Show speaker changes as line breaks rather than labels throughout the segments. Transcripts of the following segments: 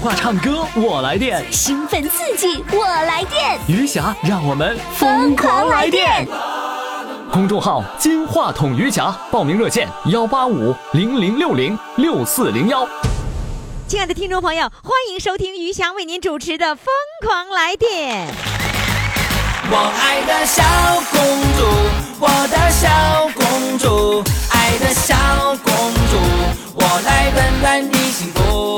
话唱歌我来电，
兴奋刺激，我来电，
余霞让我们
疯狂来电！
公众号“金话筒余霞”，报名热线：幺八五零零六零六四零幺。
亲爱的听众朋友，欢迎收听余霞为您主持的《疯狂来电》。
我爱的小公主，我的小公主，爱的小公主，我来温暖你幸福。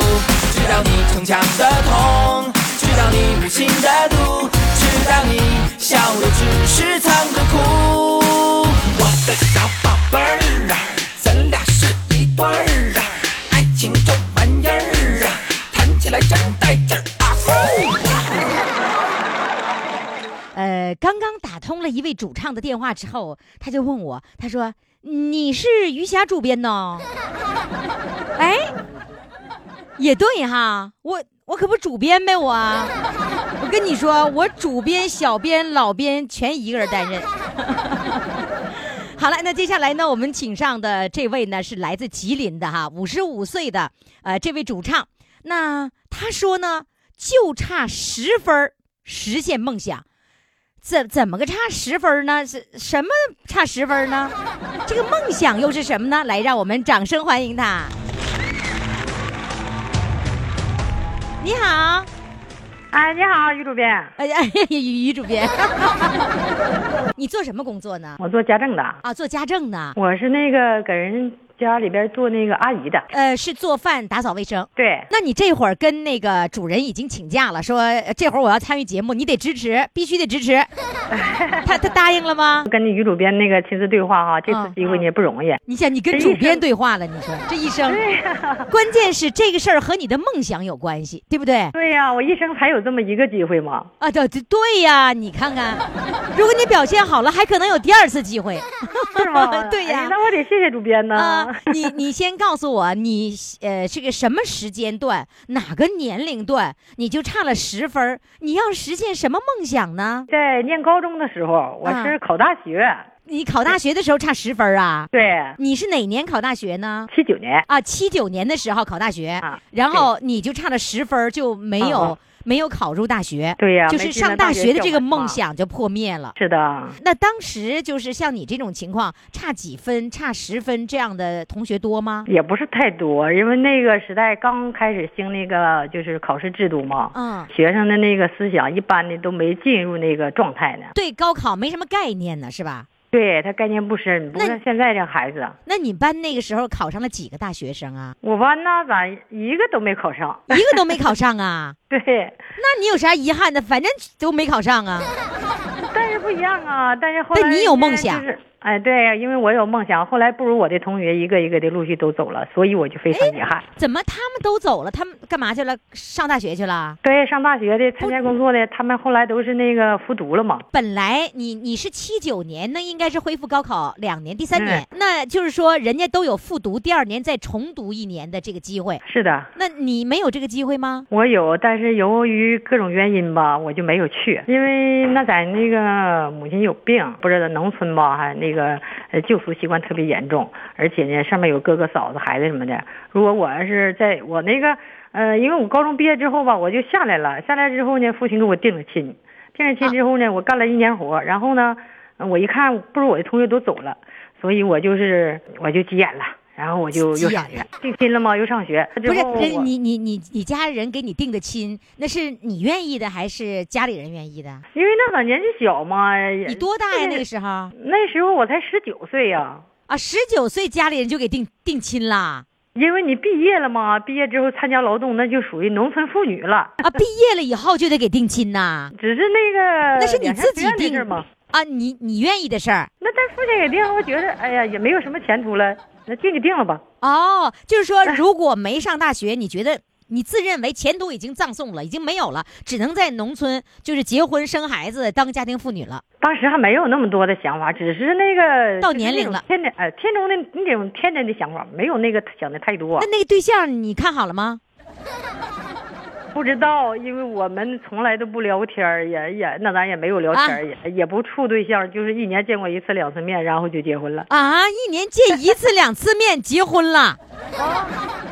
知道你逞强的痛，知道你无情的毒，知道你笑的只是藏着哭。我的小宝贝儿啊，咱俩是一对儿啊，爱情这玩意儿啊，谈起来真带劲儿啊！呼
呃，刚刚打通了一位主唱的电话之后，他就问我，他说：“你是余霞主编呢？” 哎，也对哈，我我可不主编呗，我。啊 我跟你说，我主编、小编、老编全一个人担任。 好了，那接下来呢，我们请上的这位呢是来自吉林的哈，五十五岁的呃这位主唱，那他说呢，就差十分儿实现梦想。怎怎么个差十分儿呢？是什么差十分儿呢？这个梦想又是什么呢？来，让我们掌声欢迎他。你好，
哎，你好，于主编，
哎呀， 哎呀于于主编，你做什么工作呢？
我做家政的，
啊，做家政呢？
我是那个给人家里边做那个阿姨的。
呃，是做饭、打扫卫生。
对，
那你这会儿跟那个主人已经请假了，说呃这会儿我要参与节目，你得支持，必须得支持。他他答应了吗？
跟那于主编那个亲自对话哈，这次机会你也不容易。
你想，你跟
这一
主编
生
对话了，你说这一生，关键是这个事儿和你的梦想有关系，对 不对？
对呀、我一生才有这么一个机会嘛。
啊，对对对呀，你看看，如果你表现好了，还可能有第二次机会，
是 吗？
对呀、
哎那我得谢谢主编呢。
啊，你你先告诉我，你呃是个什么时间段、哪个年龄段，你就差了十分儿，你要实现什么梦想呢？
在念高中的时候，我是考大学，
你考大学的时候差十分儿啊？
对，
你是哪年考大学呢？
七九年。
啊，七九年的时候考大学，
啊
然后你就差了十分儿，就没有、
啊
没有考入大学，
对呀
就是上大学的这个梦
没进
想就破灭了。
是的，
那当时就是像你这种情况，差几分、差十分这样的同学多吗？
也不是太多，因为那个时代刚开始兴那个就是考试制度嘛，
嗯，
学生的那个思想一般的都没进入那个状态呢。
对高考没什么概念呢，是吧？
对他概念不深，不
那
像现在这孩子。
那你班那个时候考上了几个大学生啊？
我班呢，咋一个都没考上？
一个都没考上啊？
对，
那你有啥遗憾的？反正都没考上啊。
但是不一样 啊。但是后来
但你有梦想
就是哎，对，因为我有梦想。后来不如我的同学一个一个的陆续都走了，所以我就非常遗憾。
怎么他们都走了？他们干嘛去了？上大学去了？
对，上大学的、参加工作的，他们后来都是那个复读了嘛。
本来你你是七九年，那应该是恢复高考两年，第三年，那就是说人家都有复读，第二年再重读一年的这个机会。
是的，
那你没有这个机会吗？
我有，但是由于各种原因吧，我就没有去，因为那咱那个母亲有病，不知道农村吧，还那个呃旧俗习惯特别严重，而且呢上面有哥哥嫂子孩子什么的。如果我要是在我那个呃，因为我高中毕业之后吧，我就下来了，下来之后呢，父亲给我定了亲，定了
啊
亲之后呢，我干了一年活，然后呢，呃我一看不如我的同学都走了，所以我就是我就急眼了。然后我就又
急眼
上学，定亲了吗？又上学，
不是，
之后
人
我
你你你你家人给你定的亲，那是你愿意的还是家里人愿意的？
因为那会儿年纪小嘛，也
你多大
就
呀？
是
那个时候啊，
那时候我才十九岁呀、
十九岁家里人就给定定亲啊啦
因为你毕业了嘛，毕业之后参加劳动，那就属于农村妇女了。
啊！毕业了以后就得给定亲呐？
只是那个
那是你
两三
自己
十
定
的事儿嘛。
啊，你你愿意的事儿
那但父亲给定了，我觉得哎呀也没有什么前途了，那定就定了吧。
哦，就是说如果没上大学，你觉得你自认为前途已经葬送了，已经没有了，只能在农村就是结婚生孩子当家庭妇女了。
当时还没有那么多的想法，只是那个
到
就是
年
那
龄
种
了
天真哎天中的那种天真的想法，没有那个想的太多
那。那个对象你看好了吗？
不知道，因为我们从来都不聊天儿，也也那咱也没有聊天儿，也也不处对象，就是一年见过一次两次面，然后就结婚了。
啊，一年见一次 两次面，结婚了。那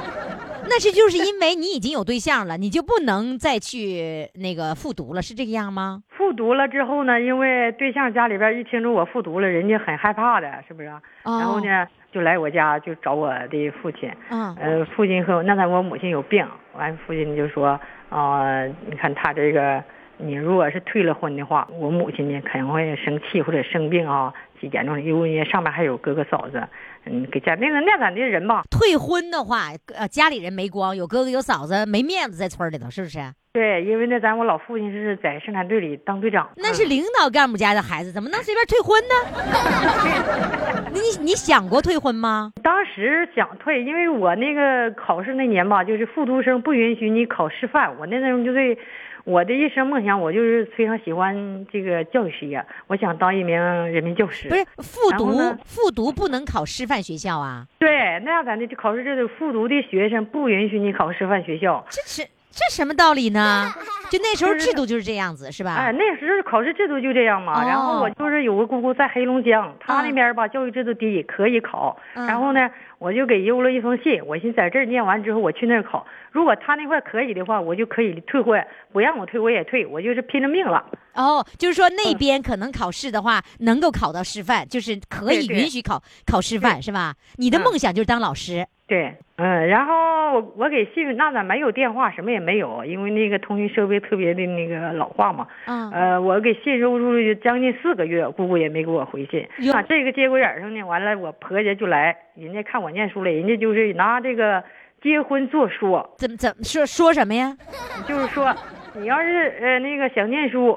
但是就是因为你已经有对象了，你就不能再去那个复读了，是这个样吗？
复读了之后呢，因为对象家里边一听着我复读了，人家很害怕的，是不是啊？
哦
然后呢，就来我家就找我的父亲。
嗯
呃，父亲和我那咱我母亲有病，完父亲就说，呃，你看他这个，你如果是退了婚的话，我母亲呢肯定会生气或者生病啊，严重的，因为人家上面还有哥哥嫂子，嗯，给家那个那咱这人吧，
退婚的话，呃，家里人没光，有哥哥有嫂子，没面子在村儿里头，是不是？
对，因为那咱我老父亲是在生产队里当队长，
那是领导干部家的孩子，怎么能随便退婚呢？ 你你想过退婚吗？
嗯当时想退，因为我那个考试那年吧，就是复读生不允许你考师范。我那时候就对我的一生梦想，我就是非常喜欢这个教育事业，我想当一名人民教师。
不是，复
然后
读
呢，
复读不能考师范学校啊？
对，那样咱的就考试这个复读的学生不允许你考师范学校。
这是这什么道 理呢？就那时候
就是
制度就是这样子，是吧？
哎，那时候考试制度就这样嘛。
哦
然后我就是有个姑姑在黑龙江，她那
嗯
边吧教育制度低，可以考。
嗯
然后呢，我就给邮了一封信，我寻思在这儿念完之后我去那儿考。如果他那块可以的话，我就可以退婚；不让我退我也退，我就是拼了命了。
哦，就是说那
嗯
边可能考试的话，能够考到师范，就是可
对
以
对
允许考考师范，是吧？你的
嗯
梦想就是当老师。
对，嗯，然后我我给信，那咱没有电话，什么也没有，因为那个通讯设备特别的那个老化嘛。
嗯，
呃，我给信收出去将近四个月，姑姑也没给我回信
哟。
啊，这个节骨眼儿上呢，完了我婆家就来，人家看我念书了，人家就是拿这个结婚作说，
怎么怎么说说什么呀？
就是说，你要是呃那个想念书，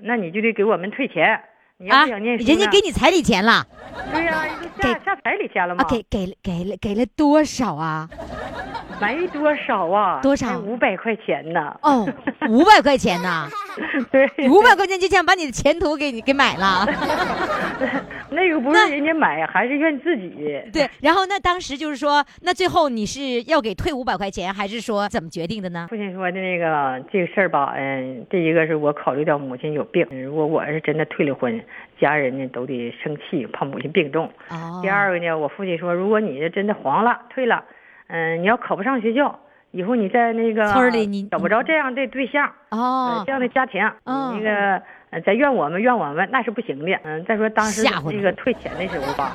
那你就得给我们退钱。你要
啊，
是想念书、
人家给你彩礼钱了
对呀、都
给
下下彩礼钱了嘛，
啊？给给了给了给了多少啊？
没多少啊，
多少
五百块钱呢？
哦，五百块钱呐，
对，
五百块钱就想把你的前途给你给买了。
那个不
那
是人家买，还是怨自己。
对，然后那当时就是说，那最后你是要给退五百块钱，还是说怎么决定的呢？
父亲说的那个这个事儿吧，嗯，第一个是我考虑到母亲有病，嗯如果我是真的退了婚，家人呢都得生气，怕母亲病重。
哦，
第二个呢，我父亲说，如果你是真的黄了退了，嗯，你要考不上学校，以后你在那个
村儿里你
找不着这样的对象，呃
哦
这，样的家庭，
嗯
你那个呃再怨我们怨我们那是不行的。嗯，再说当时
吓唬嗯
那
你
个退钱的时候吧，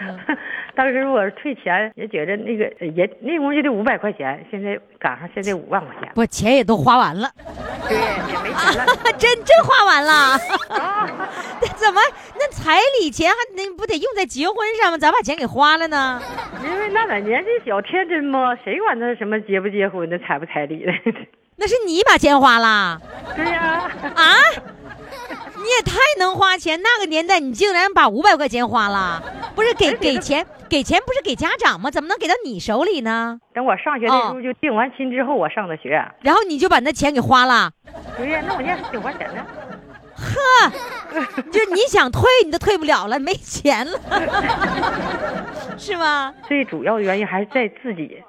当时我退钱也觉着那个呃也那功夫就得五百块钱，现在赶上现在五万块钱，
不，钱也都花 完了，
对，也没钱了。
真真花完了。那怎么那彩礼钱还那不得用在结婚上吗？咋把钱给花了呢？
因为那咱年纪小天真嘛，谁管他什么结不结婚的、彩不彩礼的？
那是你把钱花啦
对呀、
啊！你也太能花钱，那个年代你竟然把五百块钱花了，不是给给钱给钱不是给家长吗？怎么能给到你手里呢？
等我上学的时候就定完亲之后，我上的学。
然后你就把那钱给花了。
对呀、那我念挺花钱的。
就是你想退，你都退不了了，没 钱了，是吗？
最主要的原因还是在自己。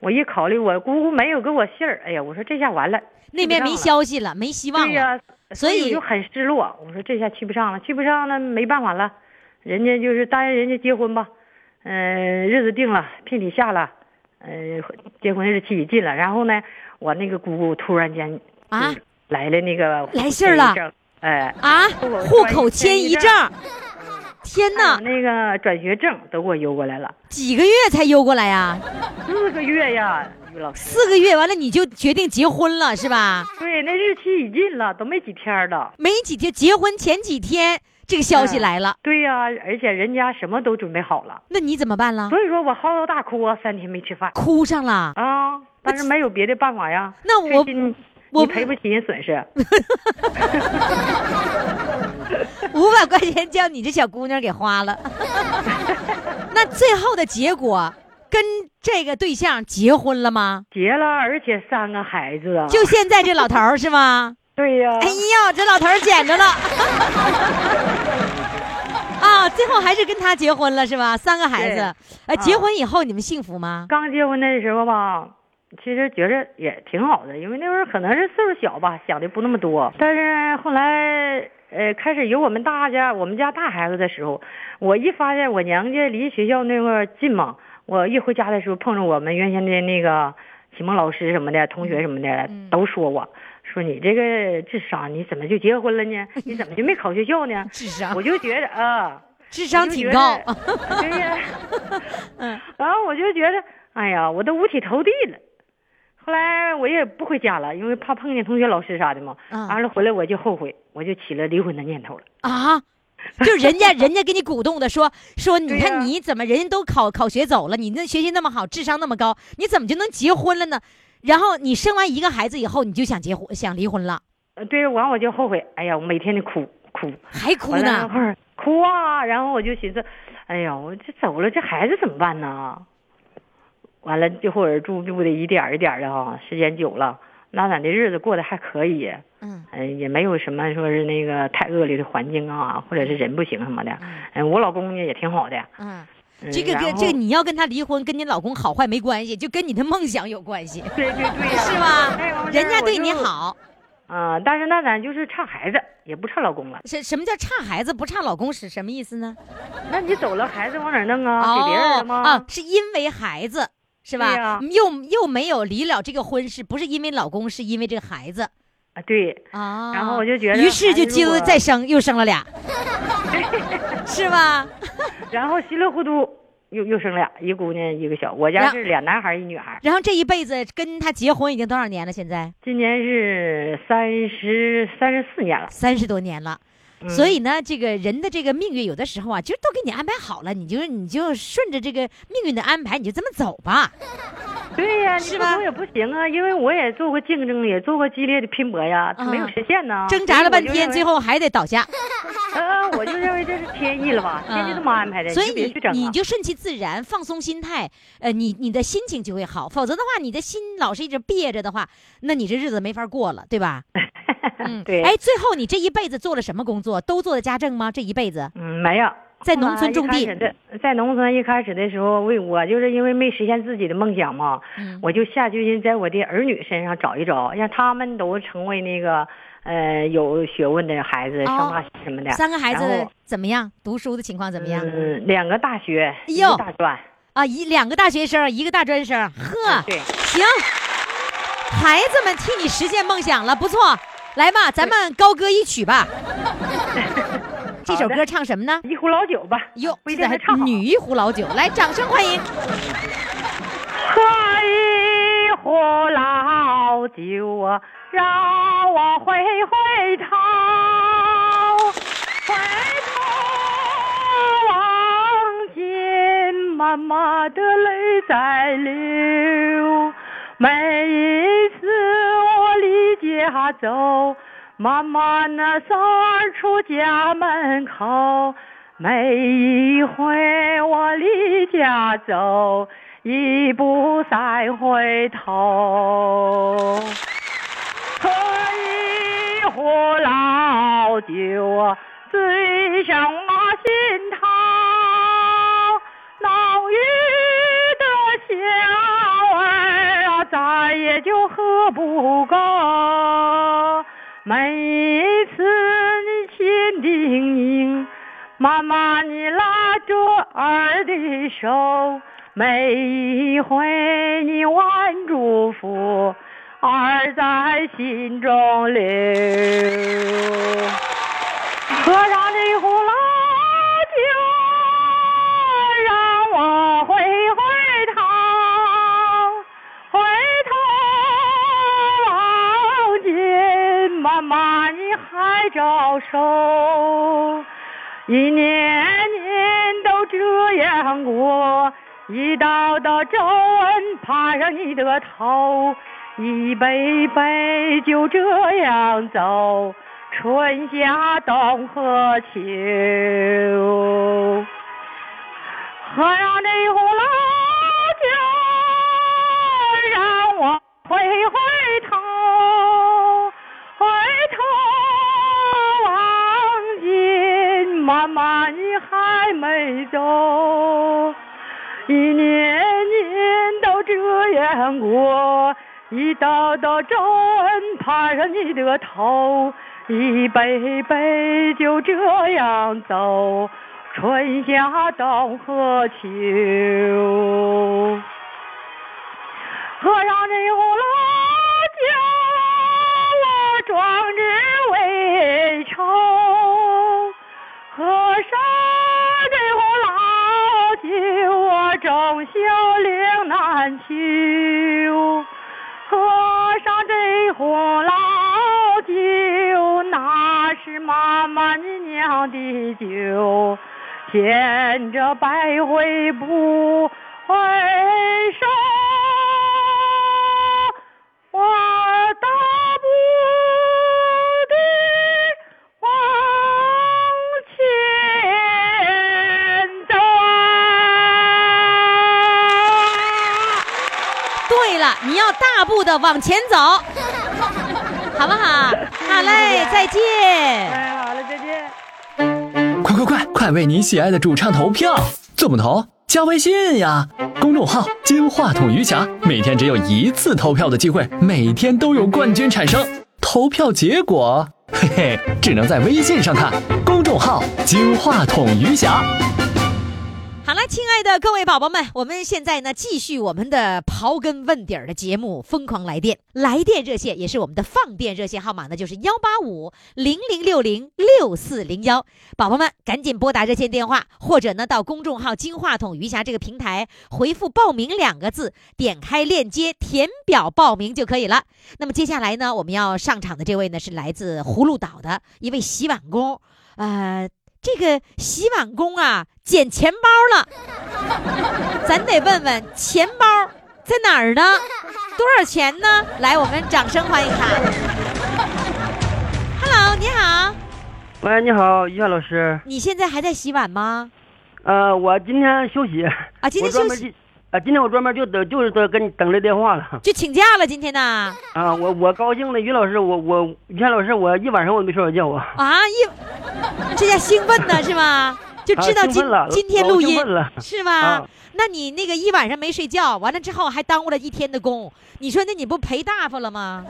我一考虑，我姑姑没有给我信儿，哎呀，我说这下完了，
那边没
去不上
消息了，没希
了。
望
啊对
了。
呀、
所以
我就很失落。我说这下去不上了，去不上了，没办法了。人家就是答应人家结婚吧，嗯、日子定了，聘礼下了，嗯、结婚日期已近了。然后呢，我那个姑姑突然间
啊
就是来了那个
来信儿
户
了
口迁移证，哎，
啊，户
户
口
口
迁
迁
移
移
证
证哎
儿，天
还有
哪，
那个转学证都给我邮过来了，
几个月才邮过来呀、
四个月呀，于老师。
四个月完了你就决定结婚了是吧？
对，那日期已近了，都没几天儿了。
没几天，结婚前几天这个消息
嗯
来了，
对呀、而且人家什么都准备好了，
那你怎么办了？
所以说我嚎啕大哭啊，三天没吃饭
哭上了。
啊，但是没有别的办法呀。
那
这
我
心
我嗯
你赔不起人损失，
五百块钱叫你这小姑娘给花了， 那最后的结果跟这个对象结婚了吗？
结了，而且三个孩子啊。
就现在这老头儿 是吗？
对呀、
哎呦，这老头儿捡着了！ 啊，最后还是跟他结婚了是吧？三个孩子，呃，
啊
结婚以后你们幸福吗？
刚结婚的时候吧，其实觉着也挺好的，因为那会儿可能是岁数小吧，想的不那么多。但是后来，呃，开始有我们大家我们家大孩子的时候，我一发现我娘家离学校那块儿近嘛，我一回家的时候碰着我们原先的那个
启蒙老师什么的、同学什么的
嗯？
都说我，说你这个智商，你怎么就结婚了呢？你怎么就没考学校呢
智商
我就觉得啊，
智
我
商
就
挺
觉
高
得，嗯对呀， 然后我就觉得，哎呀，我都五体投地了。后来我也不回家了，因为怕碰见同学、老师啥的嘛。
嗯
完了回来我就后悔，我就起了离婚的念头了。
啊，就是人家人家给你鼓动的说说，你
对呀
看你怎么人家都考考学走了，你那学习那么好，智商那么高，你怎么就能结婚了呢？然后你生完一个孩子以后，你就想结婚想离婚了，
呃对，完我就后悔，哎呀，我每天的哭哭，
还哭
完了那
呢？
会儿哭啊，然后我就寻思，哎呀，我这走了，这孩子怎么办呢？完了，这会儿住住的一点儿一点儿的哈，时间久了，那咱这日子过得还可以，
嗯
嗯、也没有什么说是那个太恶劣的环境啊，或者是人不行什么的。嗯、我老公呢也挺好的，
嗯，
嗯
这个
然
跟
后
这个你要跟他离婚，跟你老公好坏没关系，就跟你的梦想有关 系，
对对对呀、
是吧
哎完？事儿
人家对你
我就
好，
啊、但是那咱就是差孩子，也不差老公了。
什什么叫差孩子不差老公是什么意思呢？
那你走了，孩子往哪儿弄啊？给别人了吗？
啊，是因为孩子是吧？
对呀
又又没有离了这个婚事，不是因为老公，是因为这个孩子
啊，对，
啊。
然后我就觉得
于是就接
哎
着
如果
再生，又生了 俩，是吧？
然后稀里糊涂又又生俩，一姑娘一个小。我
然
家是俩男孩儿一女孩儿，
然后这一辈子跟他结婚已经多少年了？现在
今年是三十三十四年了。
三十多年了。
嗯
所以呢，这个人的这个命运，有的时候啊，就都给你安排好了，你就你就顺着这个命运的安排，你就这么走吧。
对呀、你
是
不
吧
走也不行啊，因为我也做过竞争，也做过激烈的拼搏呀，它没有
嗯
实现呢。
挣扎了半天，
啊所以
最后还得倒下。
我就认为，呃，我就认为这是天意了吧， 天就这么安排的，
嗯所
你
以
就别去
你
整啊了。
你就顺其自然，放松心态，呃，你你的心情就会好。否则的话，你的心老是一直憋着的话，那你这日子没法过了，对 吧？嗯，
对
哎，最后你这一辈子做了什么工作？都做的家政吗？这一辈子
嗯，没有。
在农村种地
一开始的，在农村一开始的时候，为我就是因为没实现自己的梦想嘛，
嗯
我就下决心在我的儿女身上找一找，让他们都成为那个呃有学问的孩子，
哦
上大学什么的。
三个孩
哎然
子
后
怎么样？读书的情况怎么样？哎
嗯，两个大学，一
呦
个大专。
啊，一两个大学生，一个大专生，呵，
嗯对
行，孩子们替你实现梦想了，不错。来吧，咱们高歌一曲 吧。这首歌唱什么呢？
一壶老酒吧，
哟，
不一定
哎现在
能
还
唱好。
女一壶老酒，来，掌声欢迎！
喝一壶老酒啊，让我回回头，回头望见妈妈的泪在流。每一次我离家走，妈妈那送儿出家门口。每一回我离家走，一步再回头。喝一壶老酒啊，醉上我心头。浓郁的香味啊，再也就喝不够。每一次你亲叮咛，妈妈你拉着儿的手，每一回你万祝福，儿在心中留。喝上这壶老酒，让我回回头，回头望见妈妈你还招手，一年年都这样过，一道道皱纹爬上你的头，一杯杯就这样走。春夏冬和秋。喝上这一壶老酒，让我回回头，回头望见妈妈你还没走，一年年都这样过，一道道皱纹爬上你的头，一杯杯就这样走。春夏冬和秋。
喝上这壶老酒，我壮志未酬。喝上这壶老酒，我终究岭南秋。喝上这壶老酒，那是妈妈你酿的酒，牵着百回不回首。我大步地往前走。
对了，你要大步的往前 走，好不好？好嘞，再见。
哎，好了，再见。
快快快，快为你喜爱的主唱投票！怎么投？加微信呀，公众号“金话筒余霞”，每天只有一次投票的机会，每天都有冠军产生。投票结果，嘿嘿，只能在微信上看。公众号“金话筒余霞”。
好了，亲爱的各位宝宝们，我们现在呢继续我们的刨根问底儿的节目《疯狂来电》，来电热线也是我们的放电热线号码呢，就是幺八五零零六零六四零幺。宝宝们赶紧拨打热线电话，或者呢到公众号“金话筒余霞”这个平台回复“报名”两个字，点开链接填表报名就可以了。那么接下来呢，我们要上场的这位呢是来自葫芦岛的一位洗碗工，呃，这个洗碗工啊，捡钱包了，咱得问问钱包在哪儿呢？多少钱呢？来，我们掌声欢迎他。Hello，你好，
喂，你好，于霞老师。
你现在还在洗碗吗？
呃，我今天休息。
啊，今
我
天
专
休
门
息啊
去。啊，今天我专门就等，就是等跟你等这电话了。
就请假了，今天呢？
啊，我我高兴的，于老师，我我于霞老师，我一晚上我都没睡着觉啊。
啊，一这下兴奋呢是吗？就知道
啊兴
今、
奋了
今天
老
录
兴
音
奋了
是吗、
啊
那你那个一晚上没睡觉，完了之后还耽误了一天的工，你说那你不赔大发了吗？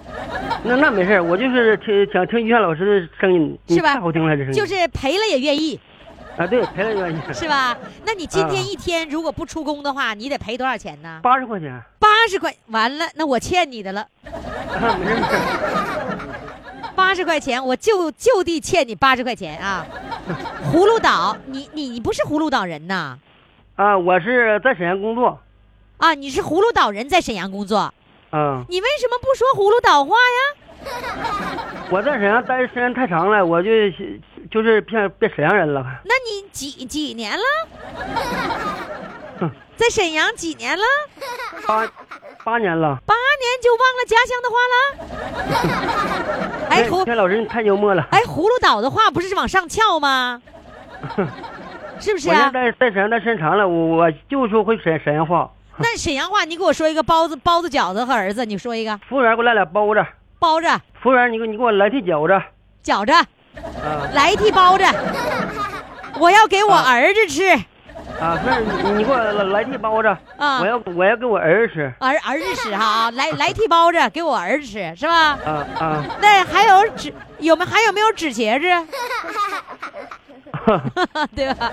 那那没事儿我就是听想听于霞老师的声音，
是吧
你太好听了，这声音。
就是赔了也愿意，
啊，对，赔了原因。
是吧？那你今
啊
天一天如果不出工的话，你得赔多少钱呢？
八十 块钱。啊，
八十块，完了，那我欠你的了，
啊没事儿没事儿。
八十块钱，我就就地欠你八十块钱啊！葫芦岛，你你你不是葫芦岛人呐？
啊，我是在沈阳工作。
啊，你是葫芦岛人，在沈阳工作，
啊，
你为什么不说葫芦岛话呀？
我在沈阳待的时间太长了，我就就是变变沈阳人了。
那你几几年了？在沈阳几年了？
八八年了。
八年就忘了家乡的话了？哎，
于
葫
霞老师，你太幽默了。
哎，葫芦岛的话不是往上翘吗？是不是
我
啊
现？在在沈阳待时间长了，我我就说会沈沈阳话。
那沈阳话，你给我说一个包子、包子、饺子和儿子，你说一个
服务员给我来俩包子，
包子、
服务员你给我你给我来屉饺子，啊
饺子，来一屉包子，我要给我儿子吃。
啊，不是你你给我来屉包子，
啊
我要我要给我儿子吃，
儿儿子吃哈啊，来来一屉包子给我儿子吃是吧？
啊啊，
那还有纸有没有还有没有纸茄子？ 对吧？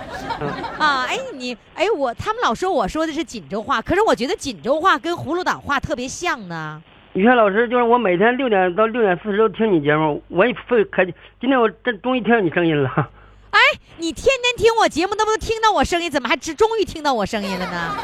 啊，哎你哎我他们老说我说的是锦州话，可是我觉得锦州话跟葫芦岛话特别像呢。
于谦老师就是我每天六点到六点四十都听你节目，我也非可今天我真终于听到你声音了，
哎，你天天听我节目，那不都听到我声音，怎么还只终于听到我声音了 呢？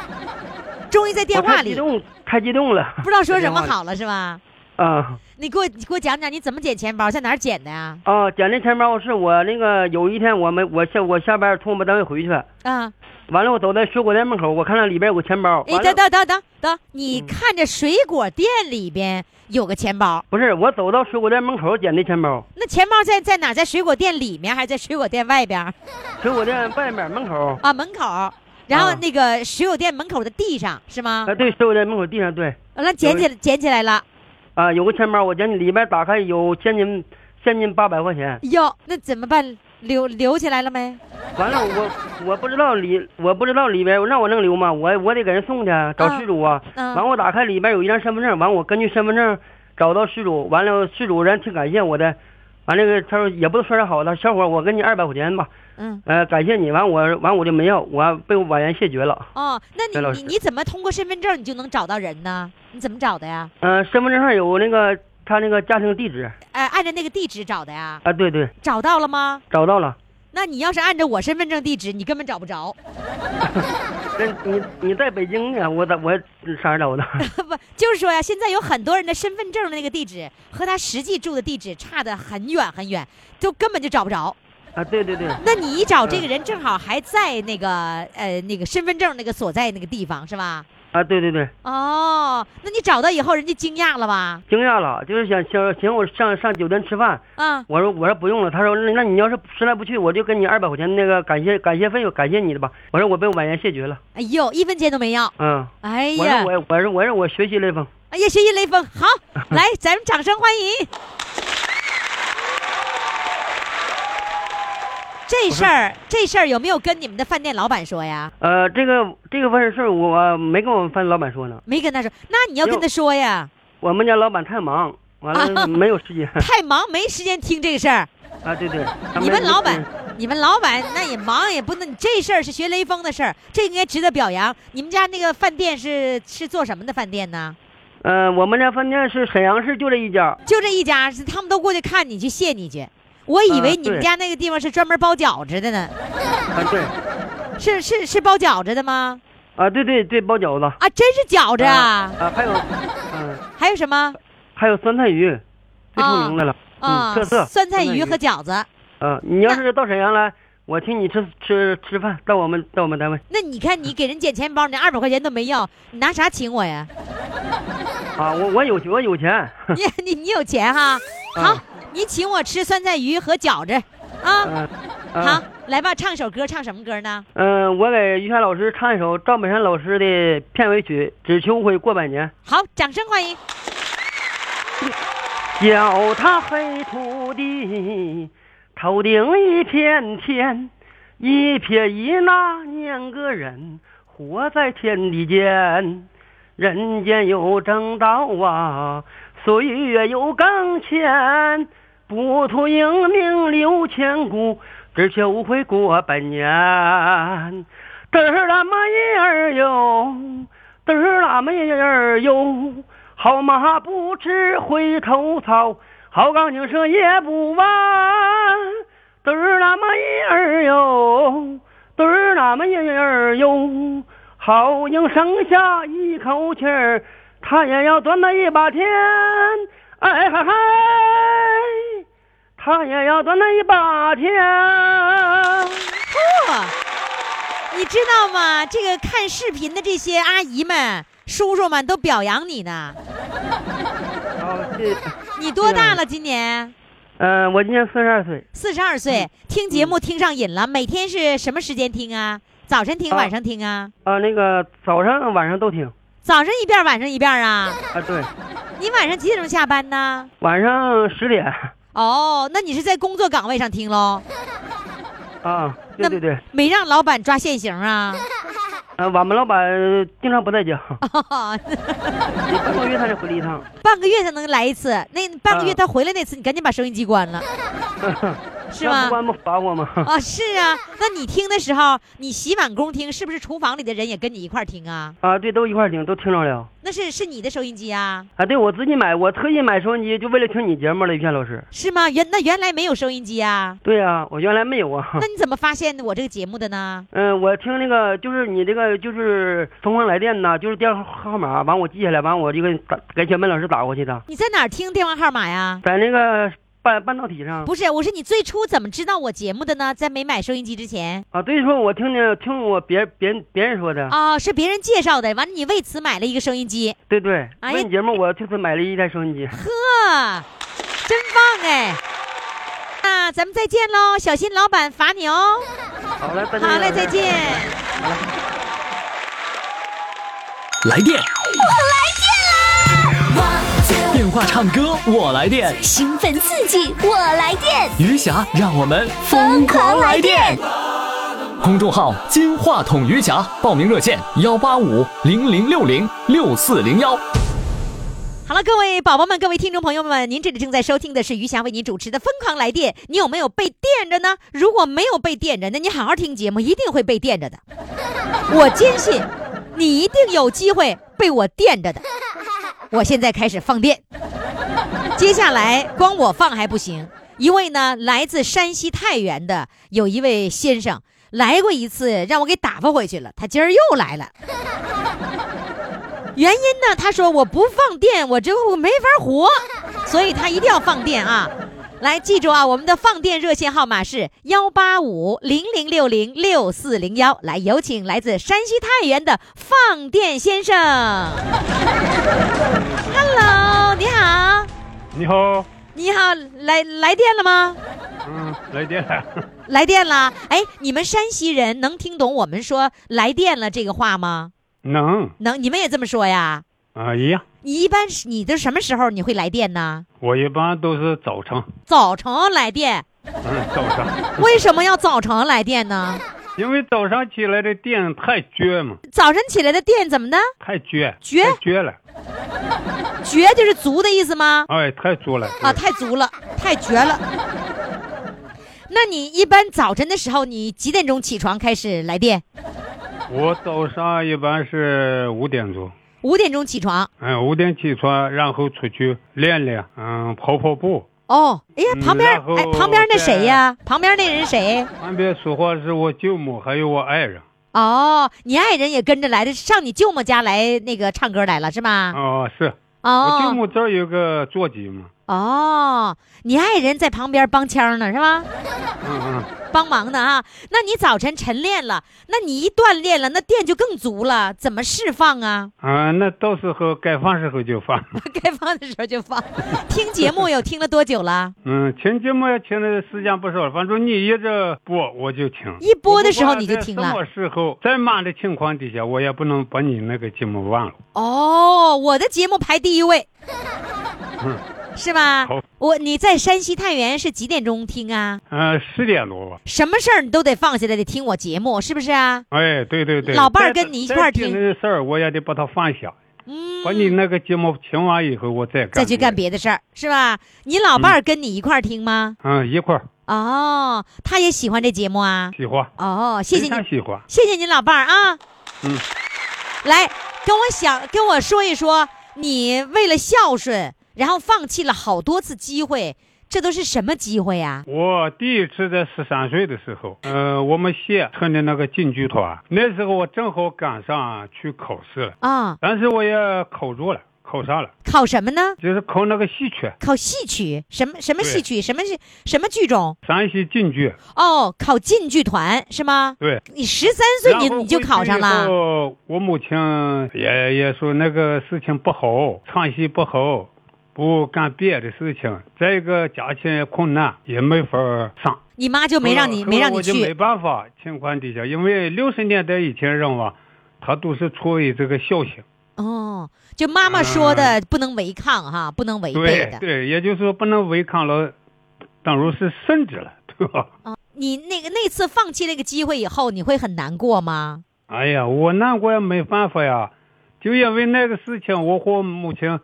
终于在电
我
话
太激
里
动太激动了，
不知道说什么好了是吧？
啊
你给我你给我讲讲你怎么捡钱包，在哪儿捡的呀？
啊！捡这钱包是我那个有一天我们我下我下班从我们单位回去，
啊，
完了我走在水果店门口，我看到里边有个钱包，
哎
完了嗯
等等等等等，你看着水果店里边有个钱包，
不是我走到水果店门口捡的钱包。
那钱包在在哪儿？在水果店里面还是在水果店外边儿
水果店外面门口，
啊？门口，然后
啊
那个水果店门口的地上是吗？
啊，对，水果店门口地上，对，
完了捡起来捡起来了，
啊，有个钱包，我捡起里边打开有现金，现金八百块钱。
哟，那怎么办？留留起来了没？
完了，我我不知道里，我不知道里边，让我能留吗？我我得给人送去，找失主啊。
嗯
完，我打开里边有一张身份证，完我根据身份证找到失主，完了失主人挺感谢我的，完那个他说也不说啥好，他说小伙儿我给你二百块钱吧，
嗯，
呃，感谢你。完我完我就没要，我被我婉言谢绝了。
哦，那
白老
你
师
你你怎么通过身份证你就能找到人呢？你怎么找的呀？
嗯、身份证上有那个他那个家庭地址啊、
哎，按照那个地址找的呀？
对对，
找到了吗？
找到了。
那你要是按照我身份证地址，你根本找不着。
那你你在北京呢？我咋我上哪找的？
不，就是说呀，现在有很多人的身份证的那个地址和他实际住的地址差得很远很远，就根本就找不着。
啊，对对对，
那你一找这个人，正好还在那个呃那个身份证那个所在那个地方是吧？
啊对对对，
哦，那你找到以后，人家惊讶了吧？
惊讶了，就是想想请我上上酒店吃饭，
啊、
我说我说不用了，他说那那你要是实在不去，我就给你二百块钱那个感谢感谢费，感谢你的吧。我说我被婉言谢绝了，
哎呦，一分钱都没要。
嗯，
哎
我
呀
说，我我说我说我学习雷锋，
哎呀，学习雷锋，好， 来，咱们掌声欢迎。这事儿，这事儿有没有跟你们的饭店老板说呀？
呃，这个这个事儿我没跟我们饭老板说呢，
没跟他说，那你要跟他说呀，
我们家老板太忙，完了 没有时间
太忙没时间听这个事儿。
啊，对对， 他
你
没
们老板
嗯，
你们老板那也忙也不能，这事儿是学雷锋的事儿，这应该值得表扬。你们家那个饭店是是做什么的饭店呢？
呃，我们家饭店是沈阳市就这一家，
就这一家，是他们都过去看你去谢你去。我以为
呃
你
对
们家那个地方是专门包饺子的呢，
啊对，
是是是包饺子的吗？
啊对对对，包饺子，
啊，真是饺子啊！
啊还有，嗯、
还有什么
还有酸菜鱼，最出名的了，
啊
嗯，特色
酸菜鱼和饺子。
啊，你要是到沈阳来，我请你吃吃吃饭，到我们到我们单位
那你看，你给人捡钱包，你二百块钱都没要，你拿啥请我呀？
啊，我我有我有钱，
你你你有钱哈？好，你请我吃酸菜鱼和饺子啊！
嗯、
好
啊，，
来吧，唱首歌，唱什么歌呢？
嗯、我给于霞老师唱一首赵本山老师的片尾曲《只求会过百年
好，掌声欢迎。》，
脚踏黑土地，头顶一片天，一撇一捺念个人，活在天地间。人间有正道啊，岁月有更迁，不图英名留千古，只求会过百年。嘚儿啦嘛耶儿哟，嘚儿啦嘛耶儿哟，好马不吃回头草，好钢琴声也不弯。嘚儿啦嘛耶儿哟，嘚儿啦嘛耶儿哟。好鹰生下一口气儿，它也要端那一把天，哎嗨嗨，它也要端那一把天。
嚯，你知道吗？这个看视频的这些阿姨们、叔叔们都表扬你呢。
好，这，
你多大了？今年
嗯，我今年四十二岁，
四十二
嗯
岁，听节目听上瘾了。每天是什么时间听啊？早晨听，
啊
晚上听啊？
啊、那个早上晚上都听，
早上一遍，晚上一遍 啊？
啊，对，
你晚上几点钟下班呢？
晚上十点，
哦，那你是在工作岗位上听喽？
啊，对
那
对对，
没让老板抓现行啊？
呃，我们老板经常不在家，
哦
半个月他才回来一趟，
半个月才能来一次，那半个月
啊
他回来那次，你赶紧把收音机关 了，是
那
吗
不？关不罚我吗？
啊，是啊。那你听的时候，你洗碗工听，是不是厨房里的人也跟你一块儿听啊？
啊，对，都一块儿听，都听着了。
那是是你的收音机啊？
啊，对我自己买，我特意买收音机就为了听你节目了，于谦老师。
是吗？原那原来没有收音机啊？
对呀、我原来没有啊。
那你怎么发现我这个节目的呢？
嗯、我听那个就是你这个就是疯狂来电呐，就是电话号码，完我记下来，完我就给你打给小麦老师打过去的，
你在哪儿听电话号码呀？
在那个半半导体上
不是，我是你最初怎么知道我节目的呢？在没买收音机之前
啊。对，说我听听听我别别人别人说的，
哦，是别人介绍的。完了，你为此买了一个收音机，
对对。
哎
为你节目，我就是买了一台收音 机。
呵，真棒哎！那咱们再见喽，小心老板罚你哦。
好了，再见。
好嘞，
老师
再见。
来电，电话唱歌我来电，
兴奋刺激，我来电！
余霞让我们疯狂来电。公众号“金话筒余霞”，报名热线：幺八五零零六零六四零幺。
好了，各位宝宝们，各位听众朋友们，您这里正在收听的是余霞为您主持的《疯狂来电》，你有没有被电着呢？如果没有被电着，那你好好听节目，一定会被电着的。我坚信，你一定有机会被我电着的。我现在开始放电，接下来光我放还不行。一位呢，来自山西太原的有一位先生来过一次，让我给打发回去了。他今儿又来了。原因呢？他说我不放电，我这我没法活，所以他一定要放电啊！来，记住啊，我们的放电热线号码是幺八五零零六零六四零幺。来，有请来自山西太原的放电先生。Hello，你好，
你好，
你好，来来电了吗？
嗯，来电了，
来电了。哎，你们山西人能听懂我们说“来电了”这个话吗？
能
能，你们也这么说呀？
啊，一样。
你一般是你都什么时候你会来电呢？
我一般都是早晨，
早晨来电，
嗯，早上，
为什么要早晨来电呢？
因为早上起来的电太撅嘛，
早晨起来的电怎么的？
太撅，
撅
太撅了，
绝就是足的意思吗？
哎，太足了
啊，太足了，太绝了。那你一般早晨的时候，你几点钟起床开始来电？
我早上一般是五点钟，
五点钟起床。
嗯，五点起床，然后出去练练，嗯，跑跑步。
哦，哎呀，
嗯
旁边
然后
哎，旁边
在
那谁呀？旁边那人谁？
旁边说话是我舅母还有我爱人，
哦，你爱人也跟着来的，上你舅妈家来那个唱歌来了是吧？
啊，是我舅
哦
母这儿有个座机嘛，
哦，你爱人在旁边帮腔呢是吧？
嗯
帮忙呢啊。那你早晨晨练了，那你一锻炼了，那电就更足了，怎么释放啊？
嗯啊，那到时候该放时候就放。
该放的时候就放。听节目有听了多久了？
嗯，请节目也请的时间不少，反正你一直播我就听。
一播的时候你就听
我不
了。
管在什么时候，在忙的情况底下，我也不能把你那个节目忘了。
哦，我的节目排第一位，是吧
嗯好？
我你在山西太原是几点钟听啊？
嗯，十点多吧。
什么事儿你都得放下来，得听我节目，是不是啊？
哎，对对对，
老伴儿跟你一块儿听
再紧的事儿，我也得把它放下。嗯，把你那个节目听完以后，我再干
再去干。别的事儿，是吧？你老伴儿跟你一块儿听吗？
嗯，一块儿
哦，他也喜欢这节目啊。
喜欢，
哦，谢谢你
非常喜欢。
谢谢您老伴儿啊。
嗯，
来跟我想跟我说一说，你为了孝顺，然后放弃了好多次机会，这都是什么机会啊呀、
我第一次在十三岁的时候，呃，我们县村的那个京剧团，那时候我正好赶上去考试了，
啊？
但是我也考住了，考上了。
考什么呢？
就是考那个戏曲，
考戏曲，什么什么
对
戏曲，什么是什么剧种？
山西晋剧。
哦，考进剧团是吗？
对，
你十三岁你
然后
你就考上
回去以
了，
后。我母亲也也说那个事情不好，唱戏不好，不干别的事情。再一个家庭困难，也没法儿上，
你妈就没让
后
你
来
没让你
哦我就没
去。
办法情况底下，因为六十年代以前人啊，他都是出为这个孝心，
哦，就妈妈说的不能违抗哈，不能违背
啊对
的。
对，也就是说不能违抗了，当如是圣旨了，对吧？
你那个那次放弃那个机会以后，你会很难过吗？
哎呀，我难过也没办法呀，就因为那个事情，我和母亲，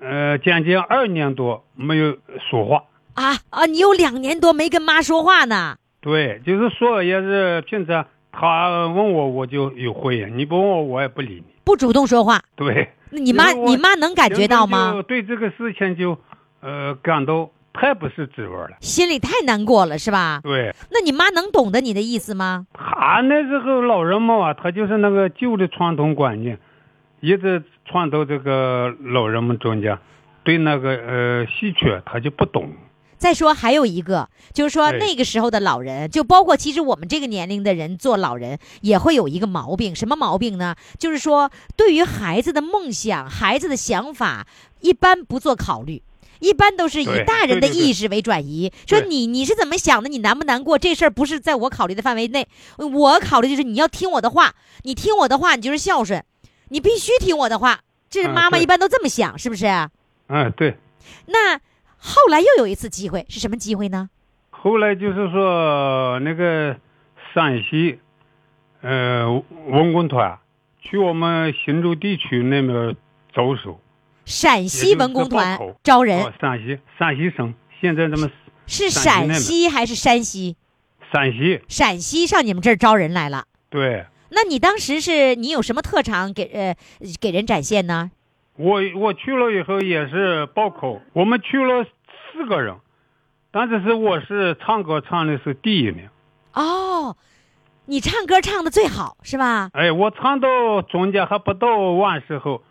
呃，将近二年多没有说话。
啊啊！你有两年多没跟妈说话呢。
对，就是说也是平常她问我我就有回应，你不问我我也不理你。
不主动说话，
对，
那你妈
因为我
你妈能感觉到吗？？
对这个事情就，呃，感到太不是滋味了。
心里太难过了是吧？
对，
那你妈能懂得你的意思吗？
他那时候老人们啊，他就是那个旧的传统观念，一直传到这个老人们中间，对那个呃戏曲他就不懂。
再说还有一个，就是说
对
那个时候的老人，就包括其实我们这个年龄的人做老人，也会有一个毛病，什么毛病呢？就是说对于孩子的梦想、孩子的想法，一般不做考虑。一般都是以
对
大人
对
的
对对
意识为转移，
对
说你你是怎么想的，你难不难过？这事儿不是在我考虑的范围内，我考虑就是你要听我的话，你听我的话，你就是孝顺，你必须听我的话。这是
啊
妈妈
对
一般都这么想，是不是？
嗯，对。
那后来又有一次机会，是什么机会呢？
后来就是说那个陕西，呃，文工团去我们忻州地区那边招手，
陕西文工
也
团
就是报口
招人，
哦，陕西陕西省，现在咱们
是
陕西那
陕
边
西还是山西？
陕西
陕西上你们这儿招人来了。
对。
那你当时是你有什么特长给呃给人展现呢？
我我去了以后也是报口，我们去了四个人，但是是我是唱歌唱的是第一名，
哦，你唱歌唱的最好是吧？
哎，我唱到中间还不到完时候，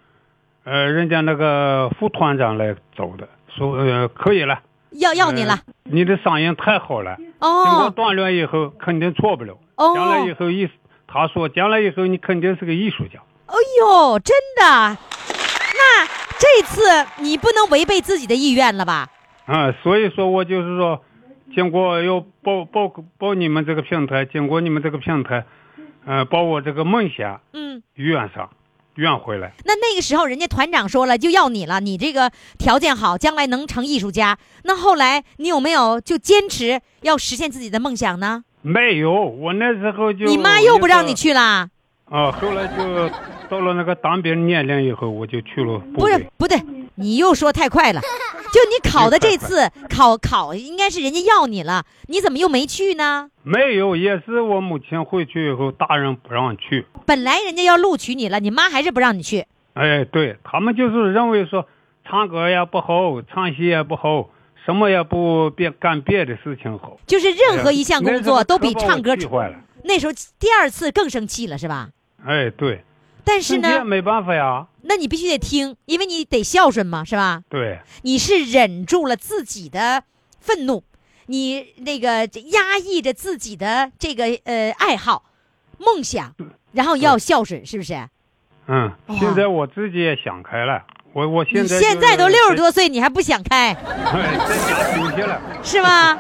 呃，人家那个副团长来走的，说呃可以了，
要要你了、
呃你的嗓音太好了，经过
哦
锻炼以后肯定错不了，将来以
哦，
后艺，他说将来以后你肯定是个艺术家，
哎呦，真的，那这次你不能违背自己的意愿了吧？
啊、所以说我就是说，经过要报报报你们这个平台，经过你们这个平台，呃，把我这个梦想
嗯，
圆上，圆回来。
那那个时候人家团长说了就要你了，你这个条件好，将来能成艺术家。那后来你有没有就坚持要实现自己的梦想呢？
没有，我那时候就
你妈又不让你
那个
去啦？
啊、后来就到了那个当兵年龄以后，我就去了部
不是
队。
不对，你又说太快了。就你考的这次 考考，应该是人家要你了，你怎么又没去呢？
没有，也是我母亲回去以后，大人不让去。
本来人家要录取你了，你妈还是不让你去。
哎，对他们就是认为说，唱歌也不好，唱戏也不好，什么也不别干别的事情好。
就是任何一项工作都比
哎那时候
唱
可把我
歌
气坏了。
那时候第二次更生气了，是吧？
哎，对，
但是
你也
呢，
没办法呀。
那你必须得听，因为你得孝顺嘛，是吧？
对，
你是忍住了自己的愤怒，你那个压抑着自己的这个呃爱好、梦想，然后要孝顺，是不是？
嗯，
哇
现在我自己也想开了，我我现
哦你
在
现在都六十
多，
多岁，你还不想开
哎在家休息了。
是吗？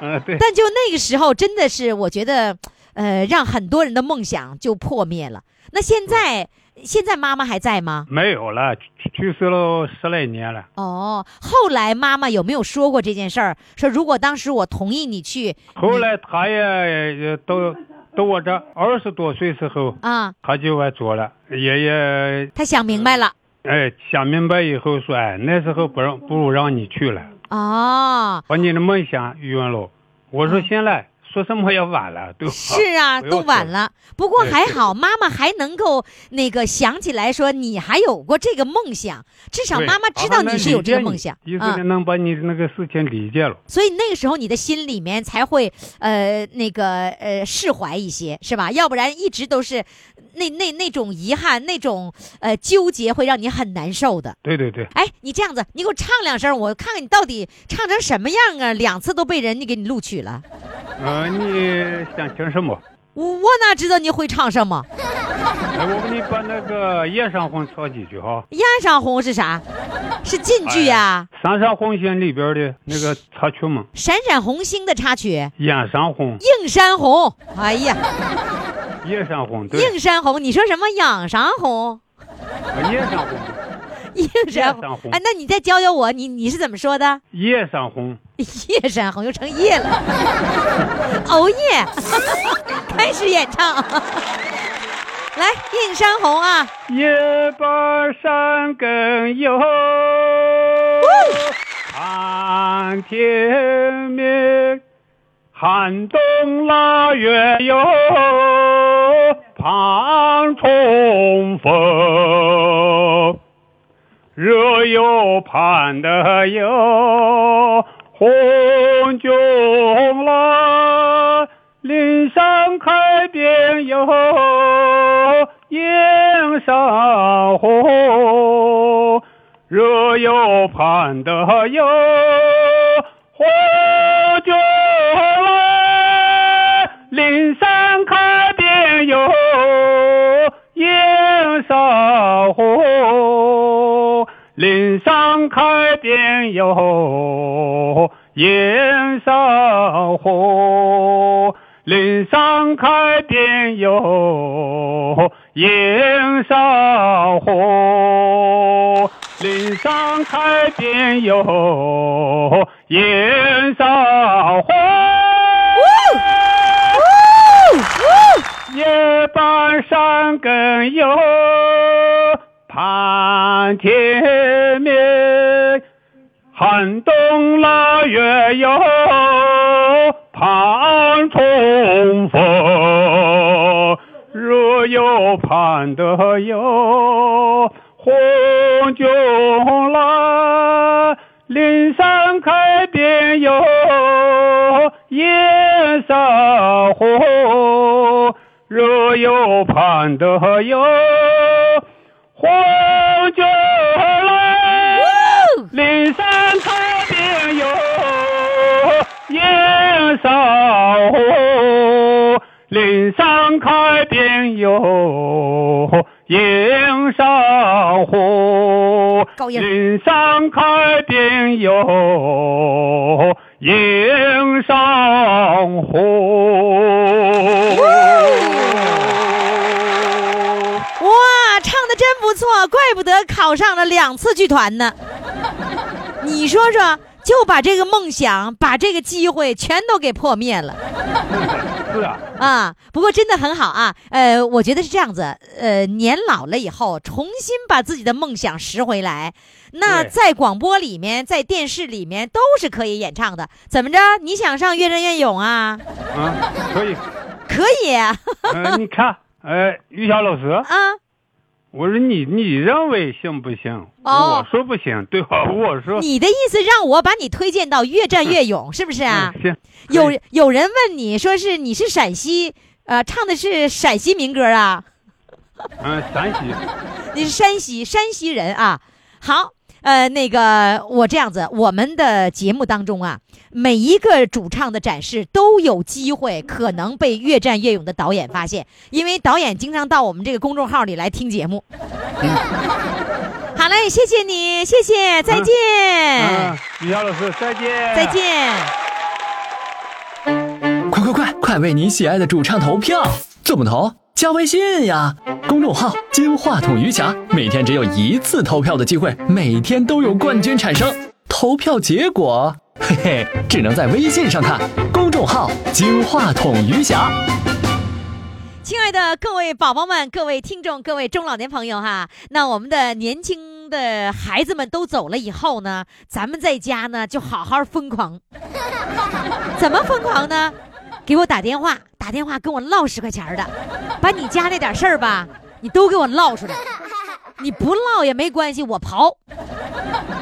嗯，对，
但就那个时候，真的是我觉得，呃，让很多人的梦想就破灭了。那现在，现在妈妈还在吗？
没有了，去去世了十来年了。
哦，后来妈妈有没有说过这件事儿？说如果当时我同意你去
后来他也也到到我这二十多岁时候，
啊、
他就来做了。爷爷
她想明白了。
哎想明白以后说，哎，那时候不让不如让你去了，
哦，
把你的梦想圆了。我说现在说什么也晚了，对吧？
嗯是啊，
不要
都
说
晚
了
了。不过
对
还
是
好，妈妈还能够那个想起来说你还有过这个梦想，至少
对啊
妈妈知道你是有这个梦想
啊那理解你意
啊
思。是能把你的那个事情理解了。
所以那个时候你的心里面才会呃那个呃释怀一些，是吧？要不然一直都是那那那种遗憾、那种呃纠结，会让你很难受的。
对对对，
哎，你这样子，你给我唱两声，我看看你到底唱成什么样啊？两次都被人家给你录取了，
呃，你想听什么？
我我哪知道你会唱什么？
哎，我给你把那个《夜上红》唱几句哈。
压上红是啥？是晋剧呀、
《山上红星》里边的那个插曲嘛，
闪闪红星的插曲，
《燕山红》
《映山红》。哎呀，
《夜上红》
《
对，
映山红》，你说什么？养啥红？
啊《夜上红》
映
夜
山
山
红。
红
哎，那你再教教我，你你是怎么说的？
《夜上红》。
夜山红又成夜了，熬夜， 开始演唱，来《映山红》啊，
一把山更有，寒天明，寒冬腊月有，盼重逢。热又盼得有红军来，岭上开遍有映山红。热又盼得有红军来，岭上开遍有映山红，岭上开遍有映山红，岭上开遍有映山红，岭上开遍有映山红。一半山根有，
盼天明，寒冬腊月又盼重逢。若有盼得有，红军来，林山开遍有夜山红。若有盼得有，红军来，林山开遍有夜山红。岭上开遍有映山红，
高音
岭上开遍有映山红。
哇，唱的真不错，怪不得考上了两次剧团呢。 你说说，就把这个梦想，把这个机会全都给破灭了。
是啊，
啊，不过真的很好啊。呃，我觉得是这样子，呃，年老了以后，重新把自己的梦想拾回来，那
对
在广播里面，在电视里面都是可以演唱的。怎么着？你想上《越战越勇》 啊？
啊，可以。
可以啊。
呃，你看，呃，于霞老师，我说你你认为行不行？我
哦
说不行，对吧？我说
你的意思让我把你推荐到《越战越勇》，是不是啊？
嗯行，
有
可以
有人问你说是你是陕西，呃，唱的是陕西民歌啊？
嗯，陕西，
你是山西山西人啊？好，呃，那个我这样子，我们的节目当中啊，每一个主唱的展示都有机会可能被《越战越勇》的导演发现，因为导演经常到我们这个公众号里来听节目。
嗯
好嘞，谢谢你，谢谢，再见。
嗯，于霞老师，再见，
哎再。见。
快快快，快为你喜爱的主唱投票！怎么投？加微信呀，公众号“金话筒余霞”，每天只有一次投票的机会，每天都有冠军产生。投票结果，嘿嘿，只能在微信上看。公众号“金话筒余霞”。
亲爱的各位宝宝们、各位听众、各位中老年朋友哈，那我们的年轻的孩子们都走了以后呢，咱们在家呢就好好疯狂。怎么疯狂呢？给我打电话，打电话跟我唠十块钱儿的，把你家那点事儿吧，你都给我唠出来。你不唠也没关系，我刨。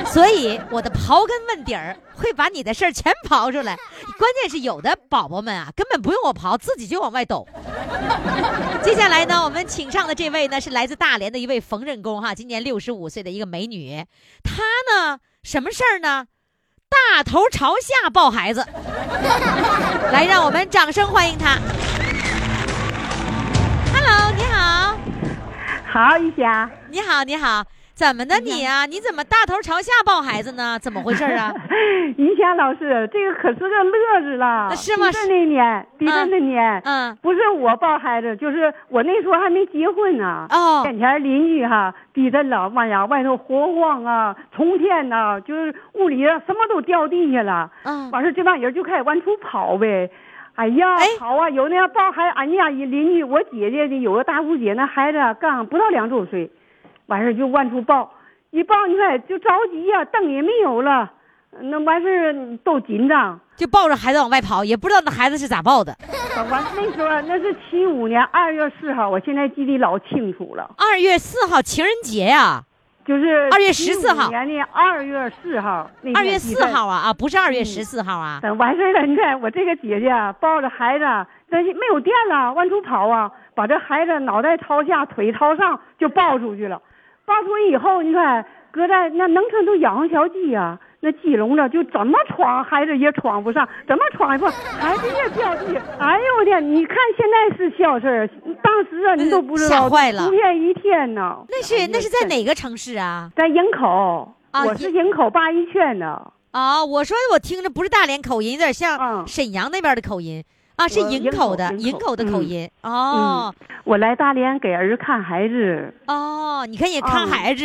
所以我的刨根问底儿会把你的事儿全刨出来。关键是有的宝宝们啊，根本不用我刨，自己就往外抖。接下来呢，我们请上的这位呢是来自大连的一位缝纫工哈，今年六十五岁的一个美女，她呢什么事儿呢？大头朝下抱孩子，来，让我们掌声欢迎她。Hello，你好，
好，一霞，
你好，你好，怎么的你啊？你怎么大头朝下抱孩子呢？怎么回事儿 啊？
一霞老师，这个可是个乐子了。
是吗
地震那年，地震那年，
嗯，
不是我抱孩子，就是我那时候还没结婚呢。
哦
眼前邻居哈地震了，妈呀，外头火晃啊，冲天呐、就是屋里啊什么都掉地下了。
嗯
完事儿这帮人就开始往出跑呗。哎呀，
哎
跑啊！有那样抱孩，俺家一邻居，我姐姐的有个大姑姐，那孩子啊刚不到两周岁，完事儿就往出抱，一抱你看就着急呀、凳也没有了，那完事儿都紧张。
就抱着孩子往外跑，也不知道那孩子是咋抱的。
完那时候啊那是七五年二月四号，我现在记得老清楚了，
二月四号情人节啊呀、
就是
2月14
75
号
年的二月四号，那天
二月
地
四
震
号啊啊，不是二月十四号 啊。
等嗯完事儿了，你看我这个姐姐啊抱着孩子啊，但是没有电了，往出跑啊，把这孩子脑袋朝下，腿朝上就抱出去了。抱出去以后，你看搁在那农村都养上小鸡啊，那鸡笼子就怎么闯孩子也闯不上，怎么闯也不孩子也掉地。哎呦我天！你看现在是小事儿，当时啊你都不知
嗯吓
道，
坏了
图片一天呢。哎
那是那是在哪个城市啊？
在营口，
啊
我是营口八一圈的。
啊，我说我听着不是大连口音，有点像
嗯
沈阳那边的口音啊，是
我
营
营
口
口
的
营
营
口
口的口
嗯
音。哦
我来大连给儿子看孩子。
哦，你看也看
嗯
孩子，